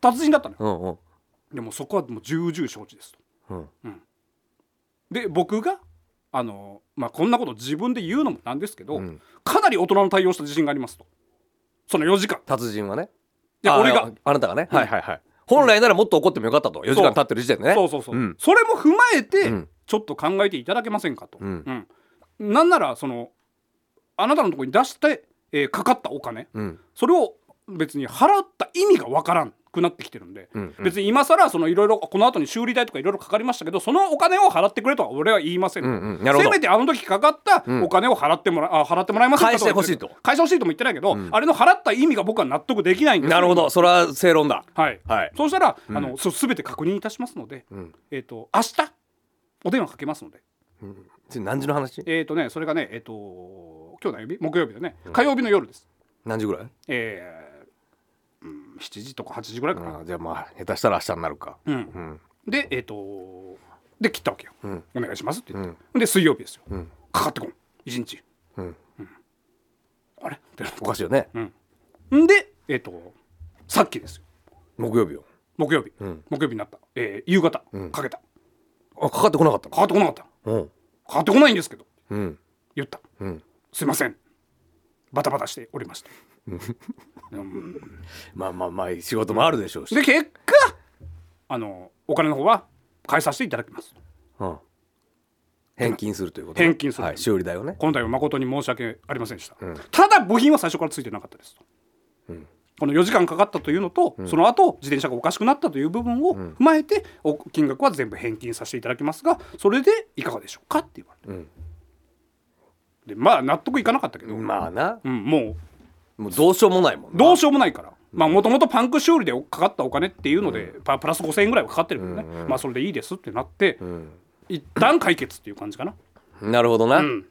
達人だったのよ
うんうん
でもそこはもう重々承知ですと
うん
で僕があの、まあ、こんなこと自分で言うのもなんですけど、
うん
かなり大人の対応した自信がありますとその4時間
達人はね
いや
あ
俺が
ああなたがね
うん
はいはいはい本来ならもっと怒ってもよかったと4時間経ってる時点でね
そうそうそう、
うん
それも踏まえて、
うん
ちょっと考えていただけませんかと、
うん
うんなんならそのあなたのところに出して、えーかかったお金
うん
それを別に払った意味がわからんくなってきてるんで、
うんうん
別に今更そのいろいろこの後に修理代とかいろいろかかりましたけどそのお金を払ってくれとは俺は言いませんと、
うんうんなるほ
せ
ど
めてあの時かかった
うん
お金を払ってもら,、あ払ってもらえませんか
返してほしいと
返してほしいとも言ってないけど、あれの払った意味が僕は納得できないんですよ
なるほどそれは正論だ
はい、
はい
そうしたら、あのそ全て確認いたしますので、
ん
えっ、と明日お電話かけますので
ちょ何時の話
えっ、とねそれがねえっ、と今日何曜日木曜日だね火曜日の夜です、
何時ぐらい
えーうん、7時とか8時ぐらいかな、
あじゃあまあ下手したら明日になるか
うん
ん
でえっ、とで切ったわけよ、
ん
お願いしますって言って、で水曜日ですよ、
ん
かかってこん一日、
うん
あれってなって
おかしいよね
んでえっ、とさっきですよ
木曜日よ
木曜日、
ん
木曜日になった、えー夕方、
ん
かけたか
あかかってこなかったの
かってこなかったか
うん
かってこないんですけど
うん
言った
うん
すいませんバタバタしておりましたうん
まあまあまあ仕事もあるでしょうし
で結果あのお金の方は返させていただきます
うん返金するということ
返金する
はい修理代をね
今回は誠に申し訳ありませんでした、ただ部品は最初からついてなかったですと、この4時間かかったというのと、その後自転車がおかしくなったという部分を踏まえて、お金額は全部返金させていただきますがそれでいかがでしょうかって言われて、
うん
でまあ納得いかなかったけど、
まあな
うん、も
もうどうしようもないもん
う
な
どうしようもないから。まあもともとパンク修理でかかったお金っていうので、パプラス5,000円ぐらいはかかってるけどね、まあそれでいいですってなって、一旦解決っていう感じかな、
なるほどな
うん、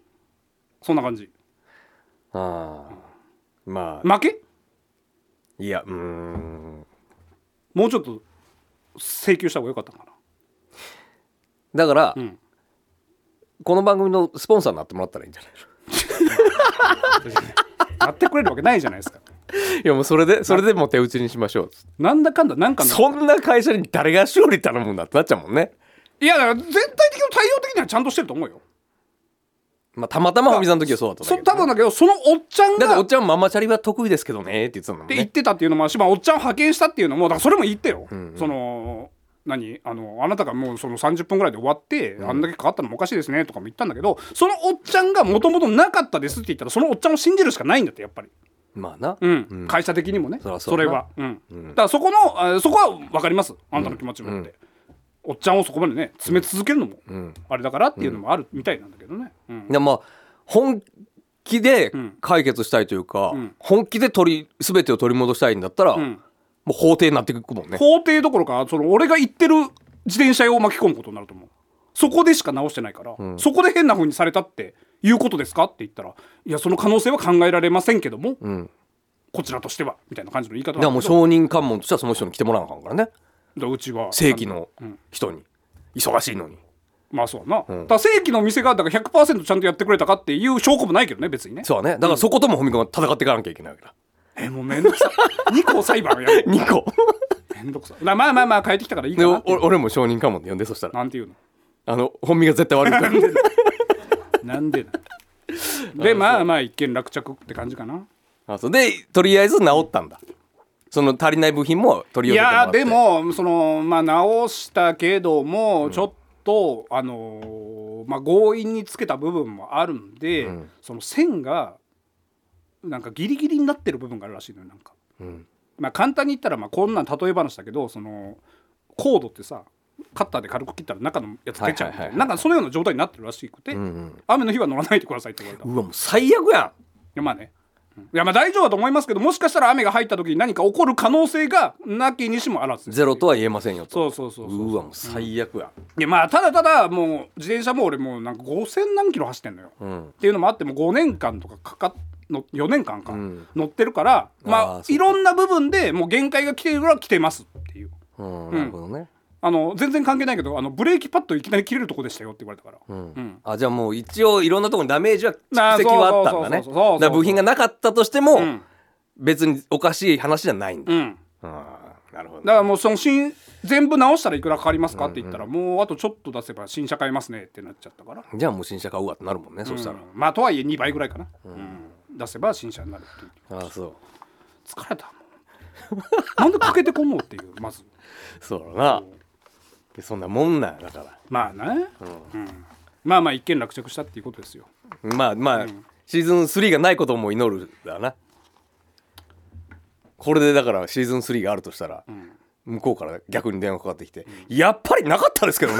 そんな感じ
ああまあ
負け
いやうーん
もうちょっと請求した方が良かったのか
だから
ん
この番組のスポンサーになってもらったらいいんじゃない [laughs]
なやってくれるわけないじゃないですか
いやもうそれでそれでもう手打ちにしましょうつって
なんだかんだなんかの
そんな会社に誰が修理頼むんだってなっちゃうもんね
いやだから全体的な対応的にはちゃんとしてると思うよ
まあたまたまおみさんの時はそうだった
そ
だけど
多分だけどそのおっちゃん
だって
が
おっ
っ
ちゃんママチャリは得意ですけどねって言ってたもん
て言っ
ね
てたっていうのもあるし、まあ、おっちゃんを派遣したっていうのもだからそれも言ってよ、その何あのあなたがもうその30分ぐらいで終わって、あんだけかかったのもおかしいですねとかも言ったんだけどそのおっちゃんがもともとなかったですって言ったらそのおっちゃんを信じるしかないんだってやっぱり、
まあな
うん会社的にもね
そりゃ
そ
そうだ
れ
な
は、うんだからそこのあそこは分かりますあなたの気持ちもって、おっちゃんをそこまでね詰め続けるのも、あれだからっていうのもあるみたいなんだけどね、うん
でもまあ本気で解決したいというか、本気で取り全てを取り戻したいんだったら、もう法廷になっていくもんね
法廷どころかその俺が言ってる自転車を巻き込むことになると思うそこでしか直してないから、そこで変な風にされたっていうことですかって言ったらいやその可能性は考えられませんけども、こちらとしてはみたいな感じの言い方
でももう証人喚問としてはその人に来てもらわなあかんからね
だうちは
正規の人に、忙しいのに
まあそうやな、だから正規の店がだから100%ちゃんとやってくれたかっていう証拠もないけどね別にね
そうだねだからそことも文子が戦っていかなきゃいけないわけだ
えもうめんどくさい2 [laughs] 個裁判をや
[laughs]
る
2個
[laughs] めんどくさいまあまあまあまあ帰ってきたからいいか
で
なっ
お
ていう
俺も証人喚問で呼んでそしたら
なんていうの
あの本身が絶対悪いから
なんでなでまあまあ一見落着って感じかな
あそうでとりあえず治ったんだその足りない部品も取
い
り寄せてもら
や
って
でもそのまあ直したけども、ちょっとあのーまあ強引につけた部分もあるんで、その線がなんかギリギリになってる部分があるらしいのよなんか、まあ簡単に言ったらまあこんなん例え話だけどそのコードってさカッターで軽く切ったら中のやつ出ちゃうみたいな、
はいはいはい
なんかそのような状態になってるらしくて、雨の日は乗らないでくださいって言われたいう
わもう最悪や
やまあねうんいやまあ大丈夫だと思いますけどもしかしたら雨が入った時に何か起こる可能性がなきにしもあらず
んゼロとは言えませんよと
そうそうそうそう
うわもう最悪や、
いやまあただただもう自転車も俺もうなんか5,000何キロ走ってんのよ、っていうのもあってもう5年間とかかかっの4年間か、乗ってるから
あ
まあ
ーそう
いろんな部分でもう限界が来てるのは来てますっていう
うんなるほどね、
あの全然関係ないけどあのブレーキパッドいきなり切れるとこでしたよって言われたから、
あじゃあもう一応いろんなところにダメージは
あー
蓄積はあったんだね
そうそうそうそうそうそう
だから部品がなかったとしても、
ん
別におかしい話じゃないんだ、
うん
あーなるほど
だからもうその新全部直したらいくらかかりますかって言ったら、もうあとちょっと出せば新車買えますねってなっちゃったから、
じゃあもう新車買うわってなるもんね、そしたら
うんまあとはいえ2倍ぐらいかな、うん出せば新車になるっていう
あーそう
疲れたもんなんでかけてこんのっていうまず
そうだなでそんなもんなんやだか
まあね、うんまあまあ一件落着したっていうことですよ
らまあまあ、シーズン3がないことも祈るだなこれでだからシーズン3があるとしたら、向こうから逆に電話かかってきて、やっぱりなかったですけ
[laughs]
どね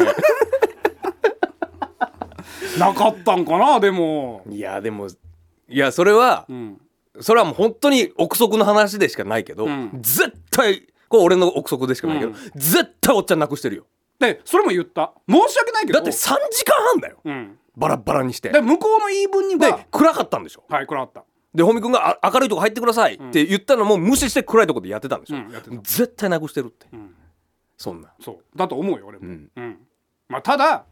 なかったんかなでも
いやでもいやそれは、
うん
それはもう本当に憶測の話でしかないけど、
ん
絶対これ俺の憶測でしかないけど、
うん
絶対おっちゃんなくしてるよ
でそれも言った申し訳ないけど
だって3時間半だよ、
うん
バラッバラにして
で
で
向こうの言い分には
暗かったんでしょ
はいこれあった
でホミ君があ「明るいとこ入ってください」って言ったのも無視して暗いとこでやってたんでしょ、
うんやってた
絶対なくしてるって、
ん
そんな
そうだと思うよ俺も、
ん
うんまあただ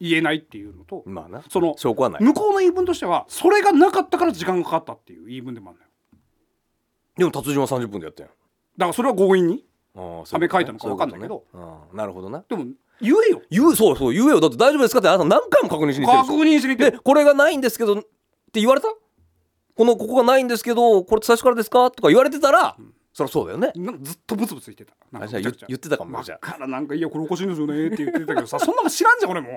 言えないっていうのと、
まあな
その
証拠はない
向こうの言い分としてはそれがなかったから時間がかかったっていう言い分でもあるのよ
でも達人は30分でやったやん
だからそれは強引に
ああそ
壁書いたのか
うう
わ
こ
か
と
んな
ね
いけど
ああなるほどな
でも言えよ
言うそうそう言えよだって大丈夫ですかってあなた何回も確認しに行ってるでし
確
ょ
認しに行って
でこれがないんですけどって言われたこのここがないんですけどこれ最初からですかとか言われてたら、そりゃそうだよね
なんかずっとブツブツ言ってた。なん
あじゃあ言言ってたかもねじ
だ
ゃ
からなんか「いやこれおかしいんですよね」って言ってたけどさそんなの知らんじゃん俺も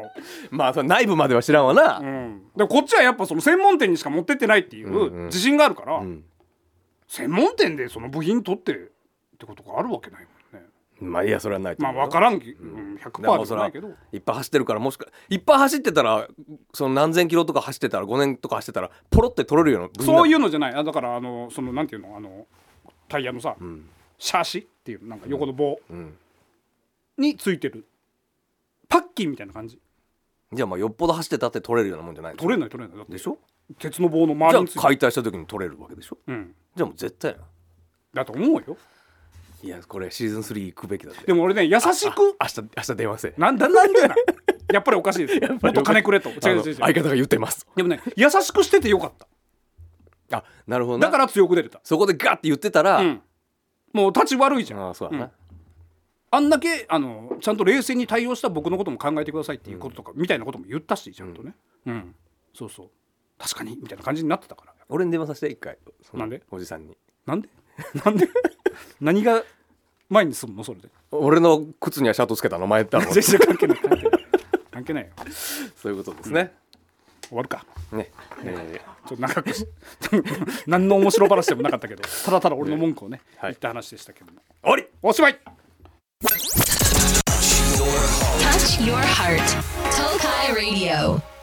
う。
まあそれ内部までは知らんわな、
うん、でもこっちはやっぱその専門店にしか持ってってないっていう自信があるから、
ん
専門店でその部品取ってってことがあるわけないもんね。
まあいやそれはないと
まあ
思う
分からんき、うん、
だから
100%
もう
じ
そ
ゃ
れ
な
はい
けど
いっぱい走ってるからもしかいっぱい走ってたらその何千キロとか走ってたら5年とか走ってたらポロって取れるような分
そういううのじゃないあだからあのそのなんていうのあのタイヤのさ、シャーシっていうなんか横の棒についてるパッキンみたいな感じ
じゃあまあよっぽど走ってたって取れるようなもんじゃない
取れない取れないだって
でしょ
鉄の棒の
じ
周
ゃ
り
あ
についてる、
解体した時に取れるわけでしょ
うん、
じゃあもう絶対やな
だと思うよ。
いやこれシーズン3行くべきだって
でも俺ね優しく
明日明日電話せ
なんだなんでなん [laughs] やっぱりおかしいですもっと金くれと違
あ
う
の
違う違う
相方が言ってます
でもね優しくしててよかった
あなるほどな
だから強く出れた
そこでガッて言ってたら、
うんもう立ち悪いじゃん
ああそうだな、
あんだけあのちゃんと冷静に対応した僕のことも考えてくださいっていうこととか、みたいなことも言ったしちゃんとねうん、そうそう確かにみたいな感じになってたから
俺に電話させて一回その
なんで
おじさんに
なんで [laughs] なんで何が前に進むのそれで
俺の靴にはシャツつけた名前だ
[laughs]
ろ
全然関係ない関係ない関係ないよ
そういうことですね、
終わるか
ね、え
ちょっと長くし [laughs] 何の面白話でもなかったけどただただ俺の文句をね、
は
言
い
った話でしたけども
ー、おり
おしまい
Your heart.
Touch your heart. Tokai Radio.